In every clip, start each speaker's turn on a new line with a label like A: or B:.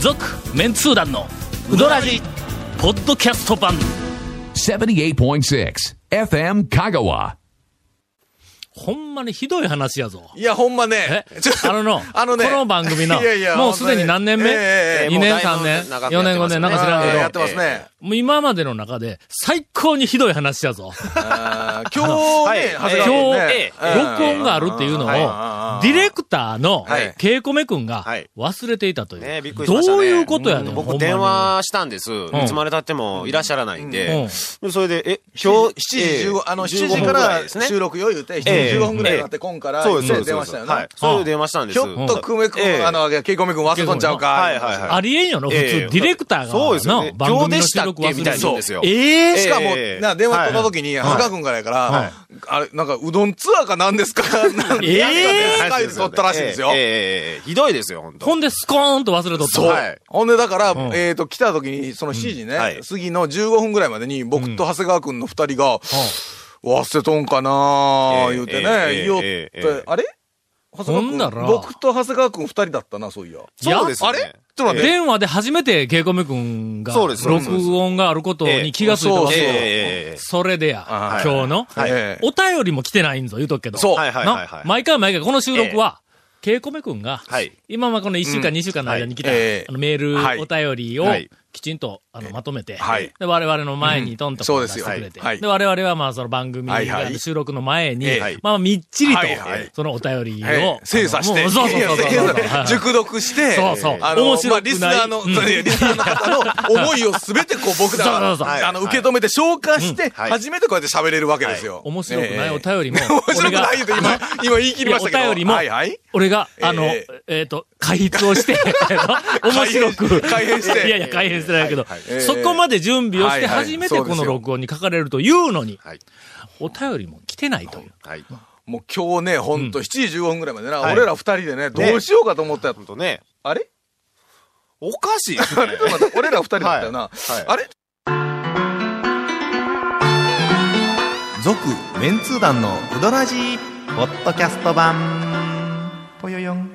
A: 続メンツー団のウドラジポッドキャスト版
B: 78.6 FM Kagawa.
A: ほんまにひどい話やぞ
C: いや、ほんまね
A: え。
C: ちょっと
A: あのの
C: あのね。
A: この番組ない
C: やいや
A: もうすでに何年目
C: ええええ
A: 二年
C: もうだいぶ
A: 三年
C: 長く
A: 四年五年なんか知らんけど
C: ええやってますね。
A: もう今までの中で最高にひどい話やぞ
C: あー今日ね、長谷
A: 今
C: 川
A: 日、
C: 君ね
A: ええ録音があるっていうのを、ディレクターの
D: はい、
A: ケイコメ君が
D: はい
A: 忘れていたという。
D: ねびっくりし
A: どう
D: ましたね
A: いうことやねん、ほんま
D: 僕
A: に
D: 電。話したんです。いつまで経ってもいらっしゃらない
A: う
D: ん
A: ん
D: で。それで、え、今日、
C: 7時15、あの、7時か
D: 分ぐらい
C: ら
D: ですね。
C: 収録よ言うて、7時15分ぐらいになって、今から、
D: そうです、そう
C: ね
D: です。
C: 電話したよ
D: は
C: ね
D: い。。それで電話したんで
C: ひ
D: す。
C: ょっと、久米
D: ええ
C: 君、あの、ケイコメ君忘れとんちゃうか。
D: はいはいはい。
A: ありえんよな、普通、
D: ええ
A: ディレクターが、
D: そうですよね
A: の番組の収録
D: 今日でしたっけみた
A: 忘
D: いな
A: れ
D: 言うん
A: て
D: ですよ
A: ええ
C: しかも、
D: ええ
C: な、電話取った時に、長谷川君からやから、
A: はい
C: あれ、なんか、うどんツアーかなん ですかなん
A: ええ
C: なんかですか言って取ったらしいんですよ。
D: ええええええひどいですよ、本当
A: ほんで、スコーンと忘れとった。
C: そう。
D: はい
C: ほんで、だから、
A: ん
C: えっ、と、来た時に、その7時ね、
D: はい
C: 次の15分ぐらいまでに、僕と長谷川くんの二人が、忘れとんかなー、
D: ええ
C: 言うてね、
D: ええ
C: 言おっ
D: え
C: て、
D: えええ
C: あれ長
A: ほんな
C: 谷川
A: ら
C: 君、僕と長谷川くん二人だったな、そういや。
A: いや
D: そうです
C: あ
D: よね。
C: れちょっと待って。
A: 電話で初めてケイコメ君が、
D: そうですそうです
A: 録音があることに気がついたわけ
D: ええ
A: よ
D: ええええ
A: それでや、
C: あ
A: 今日の、
C: はい
A: お便りも来てないんぞ、言うとくけど。
C: そう
D: はいはいはいは。
A: ない毎回毎回この収録は、ケイコメ君が
D: はい、
A: 今はこの1週間2週間の間に来た、
C: うんはいええ
A: あのメール、
C: はい
A: お便りを
D: はい、
A: きちんと、あの、まとめて、
C: はい
A: で、我々の前にトンと
C: そ
A: こ
C: う
A: う出
C: です
A: して
C: よ
A: くれて、
C: はいはい
A: で、我々はまあその番組が、
C: はいはい
A: 収録の前に、
C: ええ
A: まあみっちりと、
C: はいはい
A: そのお便りを、
C: ええ精査し
A: あのも
C: て、
A: うそうそうそう
C: いや
A: そう
C: 精査熟読して、
A: そうそう
C: あの、
A: 面白くな
C: まあ、
A: い
C: リスナーの、
A: うん
C: いやリスナーの方の思いをすべてこう僕ら
A: そうそうそう
C: が、あの、受け止めて消化して、
D: はい
C: 初めてこうやって喋れるわけですよ。
A: 面白くない
C: ええ
A: お便りも、
C: 面白
A: 俺
C: くな
A: が
C: い言うて今、今言い切りましたけど。
A: いやお便りも
C: はいはい。
A: 俺が、あの、
C: え
A: えっ、と、開筆を して、面白く。
C: 改編して
A: いやいや、改編してないけど、
D: はい
C: い
A: そこまで準備をして、
C: はいはい
A: 初めてこの録音に書かれるというのに、
D: はい。
A: お便りも来てないという。
D: はい。
C: もう今日ね、ほんと7時15分ぐらいまでな、
D: はい
C: 俺ら二人でね、どうしようかと思ったやつ
D: 本当ね。
C: あれ
D: おかしいですね。
C: ちょ っと待って俺ら二人だったよな
D: はいはい。
C: あれ
E: 続メンツー団のウドラジーポッドキャスト版ぽよよん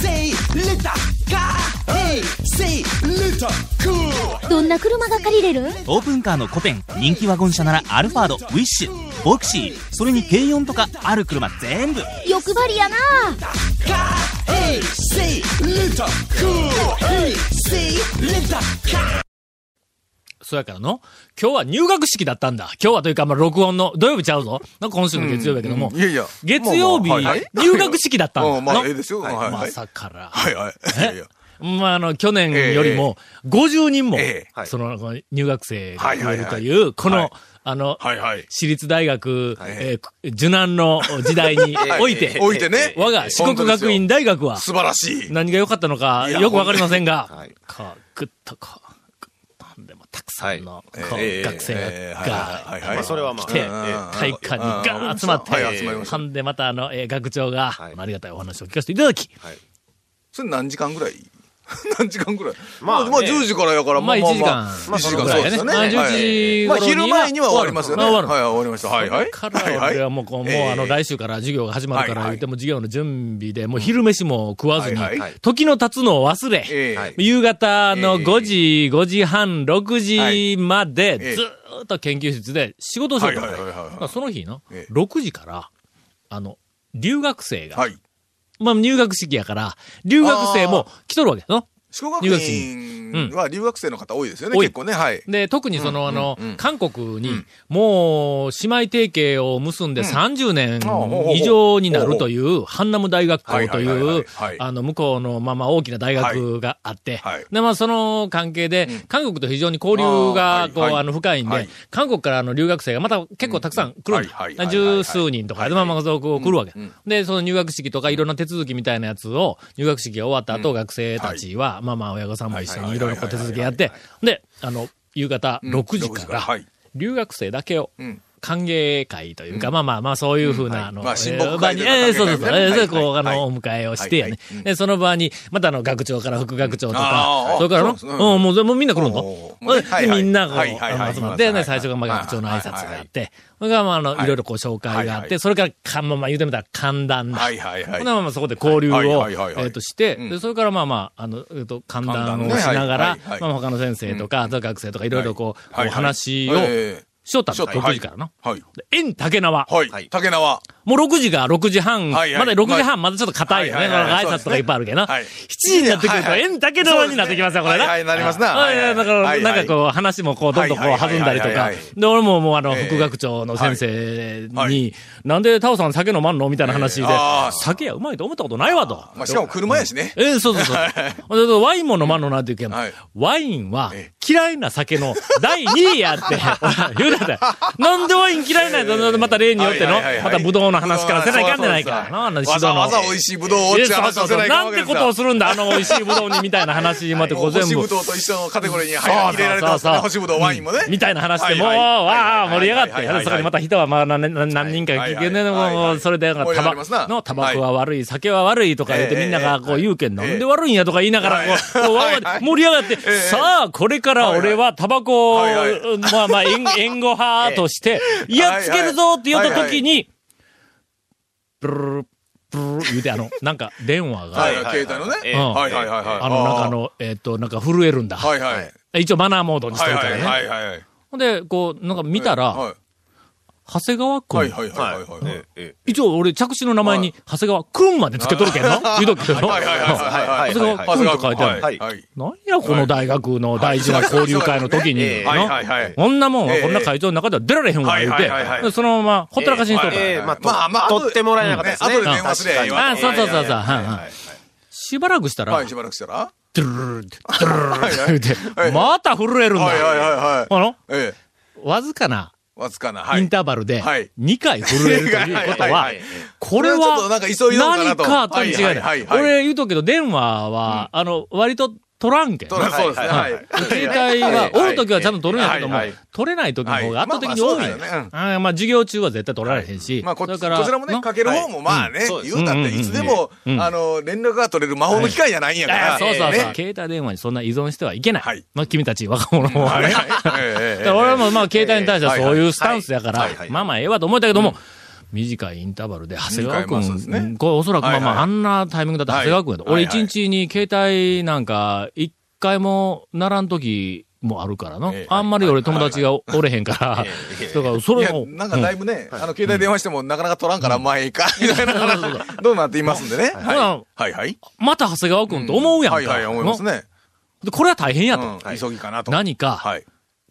F: say little car. Hey, say little cool.
G: どんな車が借りれる
H: オープンカーのコペン人気ワゴン車ならアルファードウィッシュボクシーそれに軽4とかある車全部
G: 欲張りやな
F: Hey, say little cool. Hey, say little car.
A: そうやからの、今日は入学式だったんだ。今日はというか、まあ、録音の、土曜日ちゃうぞ。なんか今週の月曜日やけども、
C: いやいや。
A: 月曜日、
C: まあまあはい
A: 入学式だったんだ。
C: うんまあ
A: の
C: ええですよはいはい
A: まさから。
C: はいはい。いやいや
A: まあ、あの、去年よりも、50人も
C: ええ
D: は、い
A: その、この入学生が増えると
C: はい
A: いう、こ
C: は
A: の
C: い、
A: あの、
C: はいはい。
A: 私立大学、
C: い
A: えーく受難の時代において、
C: 置いてね。
A: 我が四国学院大学は、
C: 素晴らしい。
A: 何が良かったのか、
C: いや
A: よくわかりませんが、
D: はい
A: こう、ぐっとこう、ぐっとでもたくさんの、
C: え
A: こう
C: ええ
A: 学生
C: え
A: が、
C: は
A: が
C: い
D: まあそれはまあ
A: 来て、
D: うん
A: 体育館にガーッ集まっ
C: はいはい集まりま
A: て、
C: し
A: ほ
C: た
A: んでまたあの、えー学長が、
D: はい
A: ありがたいお話を聞かせていただき、
C: それ何時間ぐらい 何時間ぐらいま
D: ま
C: あ、
D: あ
C: まあ
D: ね
C: 10時からやから、
A: まあ1時間、
C: 1時
A: まあその
C: 間
A: ぐ
C: そ
A: らい
C: うで
A: やね。
C: すよね。
A: まあ11時
C: まあ
A: 頃には
C: 昼前には終わりますよね。
A: 終わる
C: はいはい、終わりました。はいはい。
A: から
C: はいはい
A: 俺はもうこう、
C: え
A: もう
C: え
A: あの、来週から授業が始まるから
C: はいは
A: 言
C: い
A: っても授業の準備で、もう昼飯も食わずに
C: はいはい、
A: 時の経つのを忘れ、
C: ええ
D: はい
A: 夕方の
C: ええ
A: 5時、5時半、6時まで、
C: ええ
A: ずーっと研究室で仕事をしようと思って。
C: はいはいはいはいはい
A: だからその日の、
C: ええ
A: 6時から、あの、留学生が、
C: はい。
A: まあ入学式やから、留学生も来とるわけよ。
C: 四国学院は留学生の方多いですよね、
A: 多い
C: 結構ね。はい。
A: で、特にその、あの、韓国に、もう、姉妹提携を結んで30年
C: ああほうほうほう
A: 以上になるという、ハンナム大学校と
C: はいはいはいいうはい、
A: あの、向こうの、まあまあ大きな大学があって
C: はいはい、
A: で、まあその関係で、韓国と非常に交流
C: ああは
A: が
C: い、
A: こう、
C: はい
A: あの、深いん
C: は
A: で
C: い、
A: 韓国からあの留学生がまた結構たくさん来るん
C: うんはいはいはいは
A: だ。
C: い
A: 十数人とか、で、まあまあ、そうこう来るわけ。で、その入学式とかいろんな手続きみたいなやつを、入学式が終わった後、学生たちは、まあまあ、親御さんも一緒にいろいろこう手続きやって、で、あの、夕方6時
C: 6時
A: か
C: からは
A: ら
C: い、
A: 留学生だけを
C: うん、
A: 歓迎会というか、まあまあまあ、そういうふうな、あの、
C: まあ親睦会
A: えー場に
C: というか
A: えーそうそうそう。
C: はい
A: えー
C: はい
A: でこう、あ
C: はい
A: の、お迎えをしてやね
C: はいはいうん
A: で、その場に、またあの、学長から副学長と
C: あ
A: か、
C: ー
A: それから
C: そうですね
A: の、うん、もう全部みんな来るの
C: おーもうね
A: で
C: はいはい
A: みんなこう、
C: はいはいはい
A: あの集まっ
C: は
A: て、
C: いはい
A: ね最初がまあ学長の挨拶があって、それがまあ、あの、いろいろこう紹介があ
C: は
A: っ
C: いは
A: て、
C: い
A: それから、かまあまあ言うてみたら、寒暖だ。
C: はいはいはい
A: ほんならまあそこで交流を、
C: はいはいはいはい
A: えっとして、
C: うん
A: でそれからまあまあ、あの、えっ、と、寒暖を
C: 歓談ね
A: しながら、
C: はいはいはい
A: まあ他の先生とか、学生とかいろいろこう、
C: はいはい
A: こう話を、
C: え
A: しよったの、
C: しよった
A: 6時からの。
C: えはい。
A: で縁竹縄。
C: はい。竹縄。
A: もう6時が6時半、
C: はいはい
A: まだ6時半、ま
C: ま
A: だちょっと硬いよね。
C: はいはいはい
A: なんか挨拶とかいっぱいあるけどな。
C: そうで
A: 7時になってくると
C: はい
A: 縁竹縄になってきますよ、これな。
C: はいはいなりますな
A: はい
C: は
A: は
C: いはいい
A: だから、
C: はいはい
A: なんかこう、話もこう、どんどんこう、
C: はいはい
A: 弾んだりと
C: はいは
A: か
C: いはい。
A: で、俺ももうあの、
C: ええ
A: 副学長の先生
C: は
A: に
C: い、
A: なんでタオさん酒飲まんのみたいな話で
C: ええあ、あ
A: 酒はうまいと思ったことないわと。
C: あしかも車やしね。
A: ええ、そうそうそう。でワインも飲まんのなんて言うけん、
C: はい
A: ワインは
C: え
A: 嫌いな酒の第2位やって、言うたで。なんでワイン嫌いなんやとまた例によっての、
C: はいはいはいはい
A: またブドウの話からせないかんじゃない
C: そうそう
A: か。
C: そう
A: なあんな
C: わざわざ美味
A: しい
C: しいぶどうをって話させないか
A: なん
C: わけ
A: て
C: です
A: こ
C: よ
A: とをするんだ、あの美味しいブドウにみたいな話にまでこ
C: も
A: う
C: う干
A: 全
C: しぶ
A: 部。
C: どうと一緒のカテゴリーに入り入れられてますね。干しぶどう、ワインもね。
A: みたいな話で、もう、
C: はいはい
A: わあ、盛り上がっ
C: は
A: て、
C: いはいはいはい
A: そこにまた人はまあ何何何人かが聞くけどね、
C: はいはいはい
A: もう、それで、なんか
C: 盛り上がりますな
A: タバの、タバコは悪い、酒は悪いとか言って、
C: ええ
A: みんながこう言うけん、な
C: ええ
A: んで悪いんやとか言いながら、こ、
C: はいう
A: こうわーわー
C: はい
A: 盛り上がって、
C: え
A: さあ、これから俺はタバコを、
C: はいはい
A: まあまあ、援援護派として、やっつけるぞって言った時に、ブルルルブルルル言うて、あの、なんか電話が、
C: はい、携帯のね。
A: うん
C: はいはいはいはい。
A: あの、なんかあの、えっと、なんか震えるんだ。
C: はいはい。はい
A: 一応マナーモードにし
C: は
A: て
C: い
A: るからね。
C: はいはい。
A: ほんで、こう、なんか見たら、
C: はい
A: 長谷川くん。
C: はいはいはいはい。はい
D: ええ
A: 一応俺着信の名前に、長谷川くんまでつけとるけんの言うとくけど。
C: はいはいはい。
A: 長谷川くんと書いてある。
C: はいはい。
A: なんやこの大学の大事な交流会の時に。
D: はい
C: はい
A: の
C: はいはい。
A: こんなもんは
C: ええ
A: こんな会場の中では出られへんわ、言う
C: は
A: て
C: いはいはい。はい
A: でそのままほったらかしにしとった。
D: ええまあ、ま
C: ま
D: あ、
C: あまあ
D: 取ってもらえなかったですね。
C: 後で電話すりゃええわ
A: ああ、そうそうそうそう。
C: は
A: はいはいしばらくした
C: い
A: ら、
C: は
A: ド
C: い、しばらくしたらは
A: ゥルルルル、ドゥルルルルルルって
C: はいはい
A: また震えるん
C: いはいはい
A: だ。
C: はい。
A: あの、
C: え
A: わずかな
C: え、わずかな。は
A: イ
C: い。
A: ンターバルで
C: はい、
A: 2回震えるということは
C: はいはいはいはい、
A: これ
C: これはちょっと
A: は
C: なんか急いどんかな
A: 何
C: と
A: かと違い
C: はい
A: な
C: はい
A: い。
C: はいはい
A: 俺言うとくけど、電話は、あの、割と取らんけん
C: と
A: な。
C: そうですね。はい。
A: 携帯は、おるときはちゃんと取るんやけども
C: はいはい、
A: 取れないときの方が
C: はい
A: 圧倒的に多いん
C: まあまあそうだよね
A: や。ああまあ、授業中は絶対取られへんし。
C: まあこっち
A: だ
C: こ
A: か
C: ち
A: ら
C: らもね、
A: な
C: かける方もまあね、言うたって、いつでも、
A: うん
C: あの、連絡が取れる魔法の機械じゃないんやか
A: あ
C: ら。
A: あそうそうそう。
C: ね
A: 携帯電話にそんな依存してはいけな
C: はいい。
A: まあ、君たち若者はね。
C: え
A: だ
C: え
A: から俺もまあ携帯に対してはそういうスタンスやか
D: は
A: ら
D: いはいはいは、い
A: まあまあええわと思ったけども、短いインターバルで長谷川
C: 短いまあそうですね
A: 君、これおそらくまあま
C: はい
A: あ
C: はい
A: あんなタイミングだったら長谷川君やと。
C: はい
A: 俺
C: はいはい
A: 一日に携帯なんか一回もならん時もあるからな
C: ええ。
A: あんまり俺友達がおれへんから、だからそれ
C: いや
A: も、、
C: なんかだいぶね、あの、携帯電話してもなかなか取らんから、まあええか、 みたいな話、どうなっていますんでね。
A: ほな
C: はいはい。
A: また長谷川君と思うやんか。
C: はいはい、思いますね。
A: でこれは大変やと。
C: うん急ぎかなと。
A: 何か、
C: はい。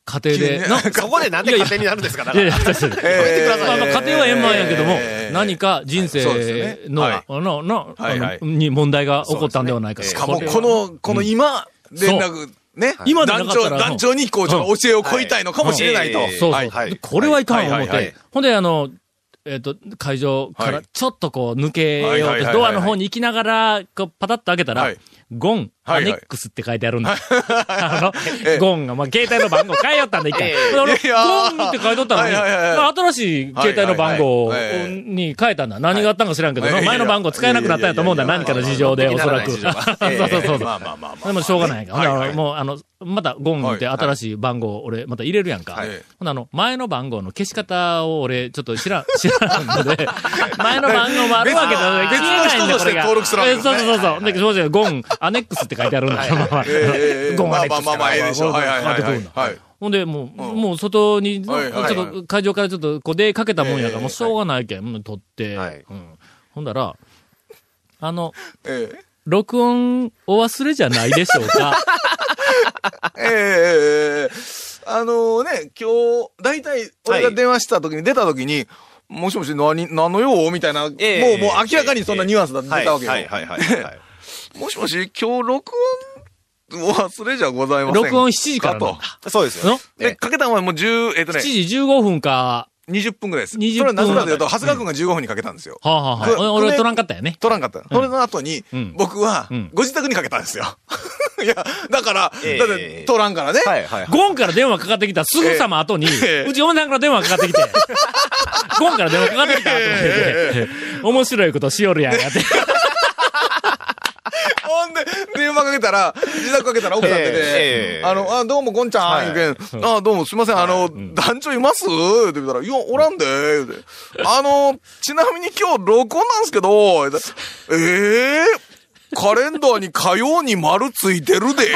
A: 家庭
C: 急に
A: で
C: ね、
A: な
D: そこでなんで勝手になるんですか、だ
A: い
D: か
A: やい
D: ら。
A: や、確かに。
C: え
A: まあまあ家庭は円満やけども、何か
C: か。
A: 人
C: そうで
A: 生
C: すね
A: の、
C: はい
A: あの、の、
C: はいはい
A: あのに問題が起こったんではないかと。
C: しかも、
A: れは
C: こ、の、この今、連絡、ね。
A: 今でな
C: 団
A: かった
C: 長、
A: ら
C: 団長に、こう、ちょっと教えを乞いたいのかもしれないと。
D: うん
A: そうそう、
C: はい
D: はい
A: でこれはいかん思
C: は
A: っ
C: いはいは
A: て
C: い。
A: ほんで、あの、えっ、と、会場か
C: は
A: ら
C: い
A: ちょっとこう抜けようとして、
C: はいはいはいはい
A: ドアの方に行きながら、こうパタッと開けたら、
C: はい
A: ゴン、ア
C: はい
A: ネ
C: はい
A: ックスって書いてあるんだ。あの、
C: ええ
A: ゴンが、まあ、携帯の番号変えよったんだ、一回。で俺
C: いや
A: ゴンって書いとったのに、
C: はいはいはい
A: まあ新しい携帯の番号
C: はいはいはいええ
A: に変えたんだ。何があったんか知らんけど、
C: はい
A: まあ前の番号使えなくなったんやと思うんだ。
C: いやい
A: 何
C: やい
A: か
C: や
A: の事情で、おそらく。
D: まあまあ
A: そうそうそうそう。
C: まあまあまあま あ。
A: でもしょうがないから。ほんなら
C: はいはい
A: もう、あの、またゴン言って
C: はい
A: 新しい番号を俺、また入れるやんか。
C: はい
A: ほんならあの、前の番号の消し方を俺、ちょっと知らん、 知らんので、 前の番号もあるわけだ
C: 別の
A: 消えないんだ
C: 別の人とし
A: こ
C: て
A: れが
C: 登録するわけ
A: え
C: ですね
A: そうそうそうそう。で、そうじゃゴン、アネックスって書いてあるんだけど、まあ
C: ええ
A: ゴン
C: ま
A: ア
C: あ
A: ネッ
C: ま
A: ク
C: あ
A: ス
C: まあまあ、ええでしょう。はいはいは
A: 出
C: い
A: てく
C: は
A: るん
C: い
A: だ。
C: はい。
A: ほんで、もう、
C: うん
A: もう外に、ちょ
C: はいはい
A: っと会場からちょっとこう出かけたもんやから、もうしょうがないけん、もう取って、
D: はい
A: うんほんだら、あの、
C: ええ。
A: 録音お忘れじゃないでしょう か。
C: ええあのね、今日、大体、俺が電話した時に、出た時に、もしもし、何、何の用みたいな、もう、もう
D: ええ
C: 明らかにそんなニュアンスだって出たわけよ。
D: はいはいはいはいはい。
C: もしもし、今日録音、お忘れじゃございません。
A: 録音7時からなんだ
C: と。
D: そうですよ
A: の
D: ね。
C: で、かけたのはもう10、えっとね
A: 7、時15分か、
C: 20分ぐらいです。
A: 20分
C: それはなぜかというと、長谷川君が15分にかけたんですよ。
A: はあ、はあは
C: これ
A: あ、俺は取らんかったよね。
C: 取らんかった。それの後に
A: うん、
C: 僕は
A: うん、
C: ご自宅にかけたんですよ。 いや、だから、だ
D: ええ
C: って取らんからね。
E: はいはい。
A: ゴンから電話かかってきたすぐさま後に、
C: ええ
A: うち嫁さんから電話かかってき て、ゴンから電話かかってきたと思って、面白いことしよるやん やって。
C: ほんで、電話かけたら、自宅かけたら奥さん出
D: えええ
C: て
D: え、
C: あの、あ、どうも、ゴンちゃん、言うけんあ、どうも、すいません、あの、団長いますって言ったら、いや、おらんで、言うて。あの、ちなみに今日、録音なんですけど、言うてええカレンダーに火曜に丸ついて
A: そう
C: るで、
A: そう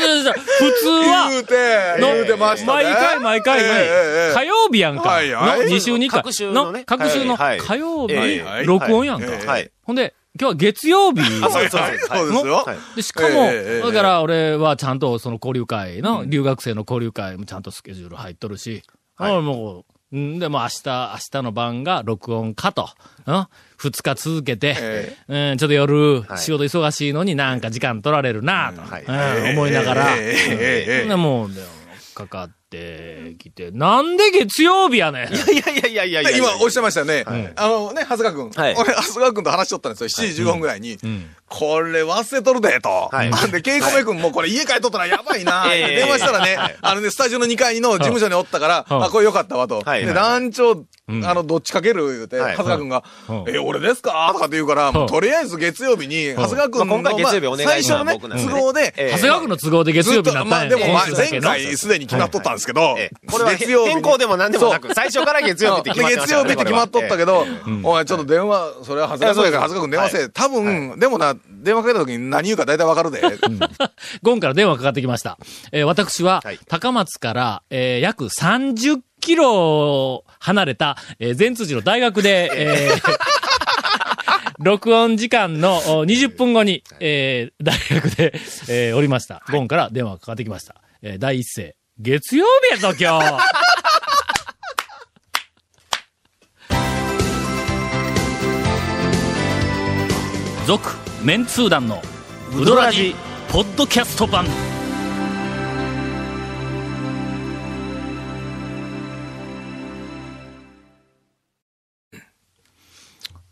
A: そうそう普通
C: 言
A: は、
C: うて、言うてました
A: 毎
C: ね。
A: 回毎回ね、
C: ええええ
A: 火曜日やんか。
C: はいはい
A: の2週に1回。
D: 各週のね
A: 各週の
D: はい
A: 火曜日、
D: え
C: え
A: 録音やんか。
C: ええ
D: はい。
A: ほんで、今日は月曜日。
D: あ、そうそうそう。
C: そうですよ。
D: はい
A: でしかも、
C: えええ
A: だ
C: え
A: から俺はちゃんとその交流会の、留学生の交流会もちゃんとスケジュール入っとるし、あもう、んでも明日、明日の晩が録音かと、うん二日続けて、
C: え
A: うん、ちょっと夜、
D: はい
A: 仕事忙しいのになんか時間取られるなと、
D: は
A: う
D: い
A: ん思いながら、
C: えええええ
A: ほ
C: え
A: んでもう、でかかってきて、なんで月曜日やねん
D: いやいやいやいやいや
C: で今おっしゃい
D: ま
C: ましたよね。あのね、長谷川君。
D: はい
C: 俺、長谷川君と話しとったんですよ。7時15分ぐらいに。
A: ん
C: これ忘れとるで、と。
D: はい
C: で、ケイコメ君もこれ家帰っとったらやばいな。
D: ええ
C: 電話したらね、あのね、スタジオの2階の事務所におったから、
A: うん
C: あ、これよかったわと。
D: はい
C: で、団長、
A: ん
C: あの、どっちかける言うて、
D: は
C: 長
D: い
C: 谷川君が
A: うん、
C: え、俺ですかとかって言うから、もうとりあえず月曜日に、長谷川君の、
D: まあ今回月曜日お願
C: 最
D: い
C: 初のね、
D: 僕なんでね
C: 都合
D: え
C: で、
D: え
A: 長谷川区の都合で月
C: ず
A: 曜
C: っ
A: 日になった
C: と、
A: ん
C: まあ
A: や
C: でもまあ
A: 今週だけ
C: 前
A: ど
C: 回すでに決まっとったんですけど
D: ええ、これは
C: 月曜日
D: 変更でも何でもなく、最初から月曜日って決まってまし
C: 月
D: た
C: 曜
D: か
C: 日っ
D: ら
C: て決まっとったけ
D: ど。
C: ど、お前ちょっと電話、それは長谷川君やから、
D: い
C: 長
D: やそ
C: 谷川
D: うです
C: 君電話せ。多分、でもな、電話かけた時に何言うか大体わかるで。
A: ゴンから電話かかってきました。えー私は
D: はい、
A: 高松から、えー約30キロ離れた、えー善通寺の大学で、えー録音時間のお20分後に、えー大学で、えーおりました。ゴンから電話がかかってきました。えー第一声、月曜日やぞ、今日続、メンツー団の、ウドラジ、ポッドキャスト版。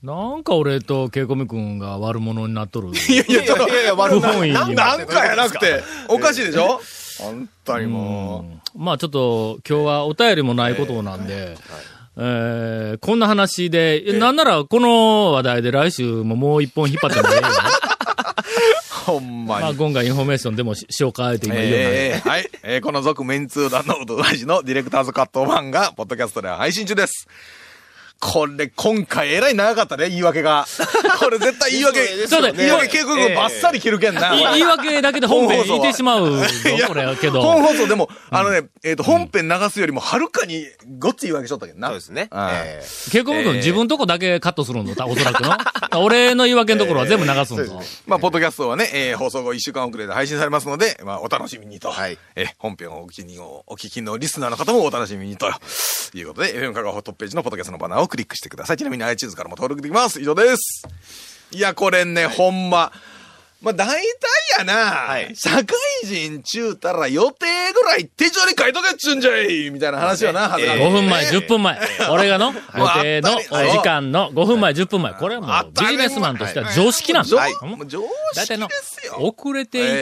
A: なんか俺とケイコミ君が悪者になっとる。
D: いやいやいやいや、悪
A: 不
D: くない
A: 本意に
C: な
A: は。
C: んかやなくて、おかしいでしょ本当にも
A: まあちょっと今日はお便りもないことなんで、えーこんな話で、えなんならこの話題で来週ももう一本引っ張ってもいい よ。
C: う、ほん
A: ま
C: ま
A: あ
C: に。
A: 今回インフォメーションでもししようか、って今言うようになる
C: ええはい。えーこの続メンツー団のウドラジのディレクターズカット版が、ポッドキャストでは配信中です。これ、今回、えらい長かったね、言い訳 が。これ、絶対言い訳、
D: そうです
A: よね
C: 言い訳、結構バッサリ切るけんな。
A: い言い訳だけで本編言ってしまうぞ
C: いや、
A: これ、けど。
C: 本放送でも、あのね、えっと、本編流すよりもはるかにごっつい言い訳しとったけどな。
D: そうですね。
C: はい
D: え
A: ケイコミ君、自分とこだけカットするのだ、おそらくの。俺の言い訳のところは全部流すんぞ。
C: まあ、ポッドキャストはね、えー放送後1週間遅れで配信されますので、まあ、お楽しみにと。
D: はい
C: えー本編をお聞きにおお聞きのリスナーの方もお楽しみにと。いうことで、FM カガホトップページのポッドキャストのバナーをクリックしてください。ちなみに iTunes からも登録できます。以上です。いや、これね、ほんま。まあ、大体やな、
D: い
C: 社会人ちゅうたら予定ぐらい手帳に書いとけっちゅうんじゃいみたいな話よな、はず
D: え
C: が
D: え
A: 5分前、10分前。俺がの、予定の時間の5分前、10分前。これはもうビジネスマンとしては常識なんだ。
C: はい
A: うん
C: 常
A: 大
C: 識
A: 体の
C: です、よ。
A: 遅れていって、
C: えええ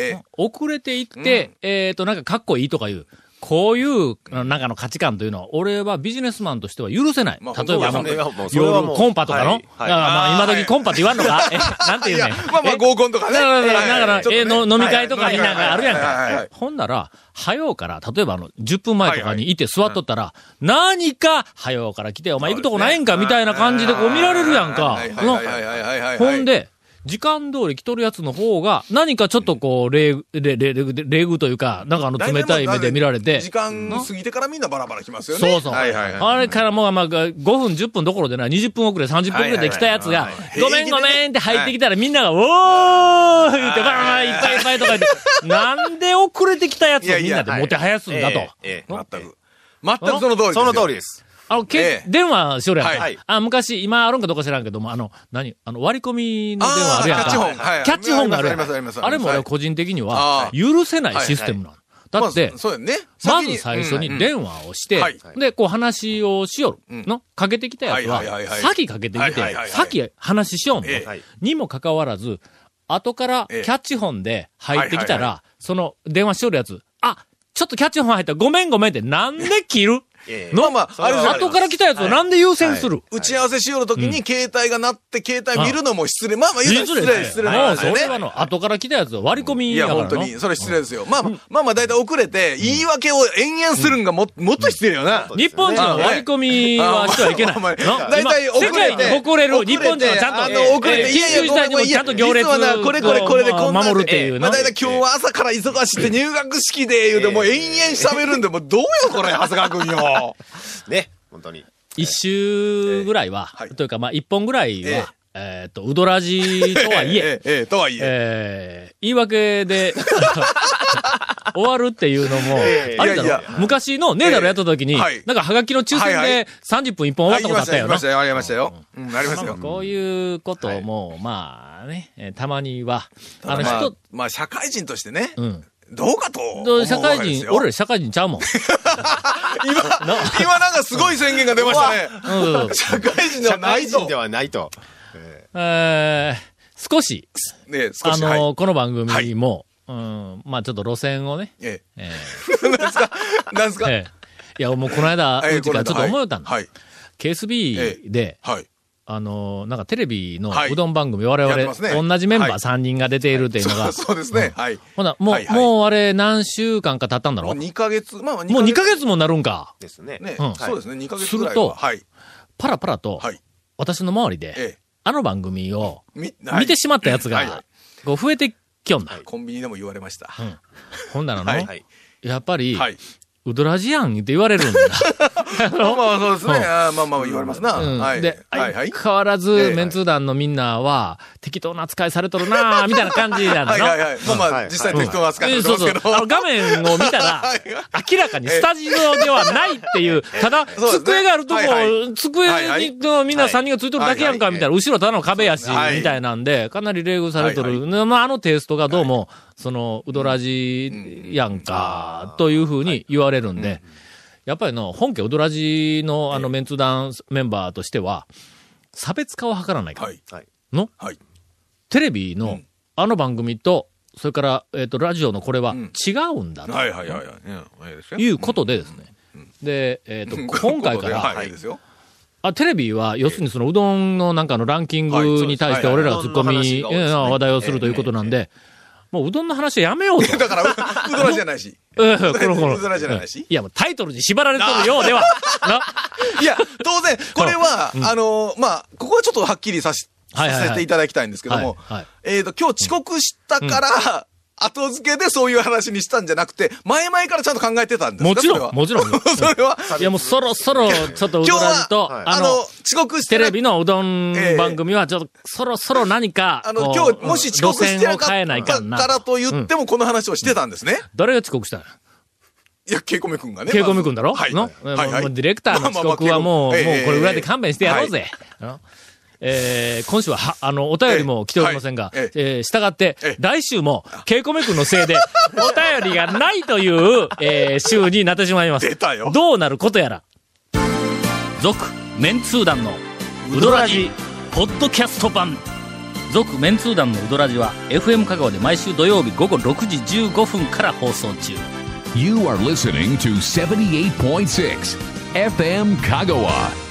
C: えええ
A: 遅れていって、えっと、なんかかっこいいとかいう、こういう、なんかの価値観というのは、俺はビジネスマンとしては許せない。
C: まあ
A: 例えばあの、
D: 本当ですねいやもうそれはも
A: 夜
D: う
A: コンパとかの、
D: はいはい
A: だからまあ今時コンパって言わんのか、え なんて
C: い
A: 言うね
C: や
A: ん。、
C: まあまあ
A: え
C: 合コンとかね。
A: だから
C: はいはい
A: だから、
C: ちょっとね
A: えーの飲み会とかになんかあるやん
C: はいはいはいは
A: か
C: い。
A: ほんなら、早うから、例えばあの、10分前とか
C: はいは
A: にいて座っとったら、何か、早うから来て、お前行くとこないんかみたいな感じでこう見られるやんか
C: はい。はい
A: の
C: はいはいはいはいはい
A: ほん、で、時間通り来とるやつの方が、何かちょっとこう、礼、礼、礼、礼礼遇というか、なんかあの、冷たい目で見られて
C: 時、間過ぎてからみんなバラバラ来ますよね。
A: そうそう。
C: はいはいはい。
A: あれからもう、まあ、5分、10分どころでない、20分遅れ、30分遅れで来たやつが
C: はいはい、はい
A: ご
C: は
A: め
C: い
A: んごめんって入ってきたら、みんなが、おー言って、ばらばら、いっぱいいっぱいとか言 って、なんで遅れてきたやつをみんなでもてはやすんだと。
D: ええ
C: 全く。全くその通りです
D: え
C: よ。
D: その通りです。
A: あの、け、
C: ええ
A: 電話しよるやんか。
C: はい
A: あ、昔、今あるんかどうか知らんけども、あの、何あの、割り込みの電話あるやんか。
C: あーキャッチホンはい
A: キャッチホンがあるやん
C: ありますありますあります
A: あれも俺個人的に
C: は
A: は、
C: い
A: 許せないシステムなの。だって、
C: まあ、そうやね。
A: ま
C: 先
A: ず
C: に
A: 最初
C: うん
A: に電話をして、
C: はい
A: で、こう話をしよる
C: ん
A: の、かけてきたやつは
C: はいはいはいは、い
A: 先かけて
C: は
A: き
C: いはいは
A: て、
C: いはい
A: 先話しよんの、
C: ええ
D: はい
A: にもかかわらず、後からキ
C: え
A: ャ
C: え
A: ッチ本で入ってきた
C: はいはい
A: ら、その電話しよるやつ、あ、ちょっとキャッチ本入った、ごめんごめんって、なんで切る
D: ええ
A: の、
C: まあまああれじゃない
A: 後から来たやつをなんで優先する、
C: 打ち合わせしよるときに携帯が鳴って携帯見るのも失礼。まあまあ言うた
A: 失
C: ら
A: 礼
C: 失礼、失礼な
A: もう
C: 話
A: そ
C: だよ
A: れは
C: ね。
A: の、後から来たやつを割り込み
C: い
A: や
C: や、
A: から
C: 本当
A: の。
C: に、それ失礼ですよ。まあまあ、まあまあ、だいたい遅れて、言い訳を延々するんがも、もっと失礼よな。
A: 日本人は割り込みはしてはいけない。
C: あまあ
A: の
C: 大体
A: 今世界に誇れる日本人はちゃんと、
C: 遅れてあの遅れて
A: えー
C: いやい
A: 緊
C: や
A: 急事態にもちゃんと行列
C: 実はなこれこれこれでこんなんで
A: 守るっていうな
C: まあ、。だいたい今日は朝から忙しいって入学式で言うて、もう延々喋るんで、もうどうよ、これ、長谷川君よ。
D: ね、本当に。
A: 一周ぐらいは
C: はい、
A: というかまあ一本ぐらい
C: え
A: は、えっと、ウドラジ とはいえ、
C: ええ、えとはいえ。
A: えー言い訳で、 終わるっていうのも、あれだ
C: いや
A: ろ
C: いや、
A: 昔のネーダルやった時に
C: ええはい、
A: なんかハガキの抽選
C: はいは
A: で30分一本終わったことあったよ
C: あり
A: な
C: まし。たよ、ありましたよ。うん、ありました
A: まあ
C: よ。
A: こういうことをもう、まあね、えーたまには、あの
C: ま
A: 人、
C: まあ、社会人としてね、
A: うん。
C: どうかと思うわけ
A: どう社会
C: です
A: 人、
C: よ
A: 俺ら社会人ちゃう もん。
C: 今、今なんかすごい宣言が出ましたね。
A: うん。
C: 社会人では
D: 社
C: な
D: 会
C: いと。
D: 人ではないと。
A: えー少し、
C: ね少
A: あ
C: し、はい。
A: の、この番組も、うん、まあちょっと路線をね、
C: え
A: え
C: え。なんすかなんす
A: ー
C: か
A: えーいや、もうこの間、
C: ええ
A: うちからちょっと思い
C: こ
A: よったんだ。
C: はい。え
A: KSB で、
C: はい。
A: あの、なんかテレビの
C: はいう
A: どん番組、
C: やって
A: 我
C: ますね
A: 々、同じメンバー
C: はい
A: 3人が出ているっていうの
C: そ
A: が
C: う、そうですね。はい。
A: ほな、も
C: はいは
A: う、
C: い
A: もうあれ何週間か経ったんだろ
C: もう
A: も
C: 2ヶ月、まあまあ
A: う2ヶ月もなるんか。
D: ですね。
C: ね、
A: うん
C: そうですね、2ヶ月
A: す
C: ぐ
A: る
C: らいは。
A: と
C: はい。
A: パラパラと、
C: はい。
A: 私の周りで、
C: え
A: あの番組を
C: え。み
A: 見てしまったやつ
C: はいは
A: が
C: い、
A: こう増えてきよんだ。
C: コンビニでも言われました。
A: ほんならの、
C: はい
D: はい
A: やっぱり、
C: はい。
A: ウドラジアンって言われるんだ。
C: まあまあ、そうですね。
A: うん
C: あーまあまあ、言われますな。
A: うん
C: はい。
A: で、
C: はいはい。
A: 相変わら
C: え
A: ず、
C: え
A: メンツー団のみんなは、適当な扱いされとるなぁ、みたいな感じなんだ
C: はい
A: の。
C: はいはい。まあま
D: は
C: あ、
D: い
C: 実際適当な扱
A: え
C: いに
A: え
C: な
A: そう
C: って
A: そ
C: ま
A: う
C: すけど。。
A: あの画面を見たら
C: はい、
A: 明らかにスタジオではないっていう、ただ、
C: そうですね
A: 机があるとこ
C: はいは、はいは
A: 机
C: い
A: にのみんな3人がついてるだけやんか、
C: はいはい
A: みたいな、後ろただの壁やし、
C: はい
A: みたいなんで、かなり冷遇されと
C: はい
A: る。まあ、あのテイストがどうも、その、ウドラジやんか、というふうに言われるんで、やっぱりの、本家ウドラジのあのメンツ団メンバーとしては、差別化を図らないか
C: は
A: ら
C: い。
A: の、
C: はい。
A: テレビ
C: う
A: の
C: ん
A: あの番組と、それから、えっ、と、ラジオのこれは
C: うん
A: 違うんだと、
C: はいはいはいはい。うんええですよ
A: いうことでですね。で、えっ、 と、今回から、
C: はい、です よ。
A: あ、テレビは、要するにそのうどんのなんかのランキングに対して
C: はいそう
A: 俺
C: で
A: ら
C: す
A: が突っ込み、
D: はいはいうどんの話が多い
A: え
D: ですね
A: ー話題をするということなんで、もううどんの話はやめようと。
C: だから、ううどらじゃないし。
A: えーこのこの
C: うどらじゃないし
A: いや、もうタイトルに縛られてるようでは。ない
C: や、当然、これは、あの、まあ、ここはちょっとはっきりさし、
A: はいはいはい
C: させていただきたいんですけども、
A: はいはい
C: えっ、と、今日遅刻したから、後付けでそういう話にしたんじゃなくて、前々からちゃんと考えてたんですか
A: もち
C: それ
A: ろ
C: は
A: ん、もちろん。
C: それは、
A: いや、もうそろそろ、ちょっとうどらじと、
D: 今日は
A: あ
C: あの、
A: の、
C: 遅刻して
A: テ
C: な
A: レビのうどん番組は、ちょっと、そろそろ何か、
C: あの
A: こ、う
C: 今日、もし遅刻してな
A: 路
C: か
A: 線を変えない
C: っ
A: か
C: た
A: んな。
C: からと言っても、この話をしてたんですね。
A: 誰が遅刻したの
C: いや、ケイコメ君がね。
A: ケイコミ君だろ、
C: まずはい。
A: の、
C: はいはい
A: もうもうディレクターの遅刻はもう、
C: まあまあまあ
A: もうこれぐらいで勘弁してやろうぜ。のえー今週はは、あの、お便りも来ておりませんが、
C: ええ
A: えー従って
C: ええ、
A: 来週も、ケイコメ君の せいで、お便りがないという、えー週になってしまいます。
C: 出たよ
A: どうなることやら。続、メンツー団の、ウドラジ、ポッドキャスト版。続、メンツー団のウドラジは、FM 香川で毎週土曜日午後6時15分から放送中。
B: You are listening to 78.6 FM Kagawa.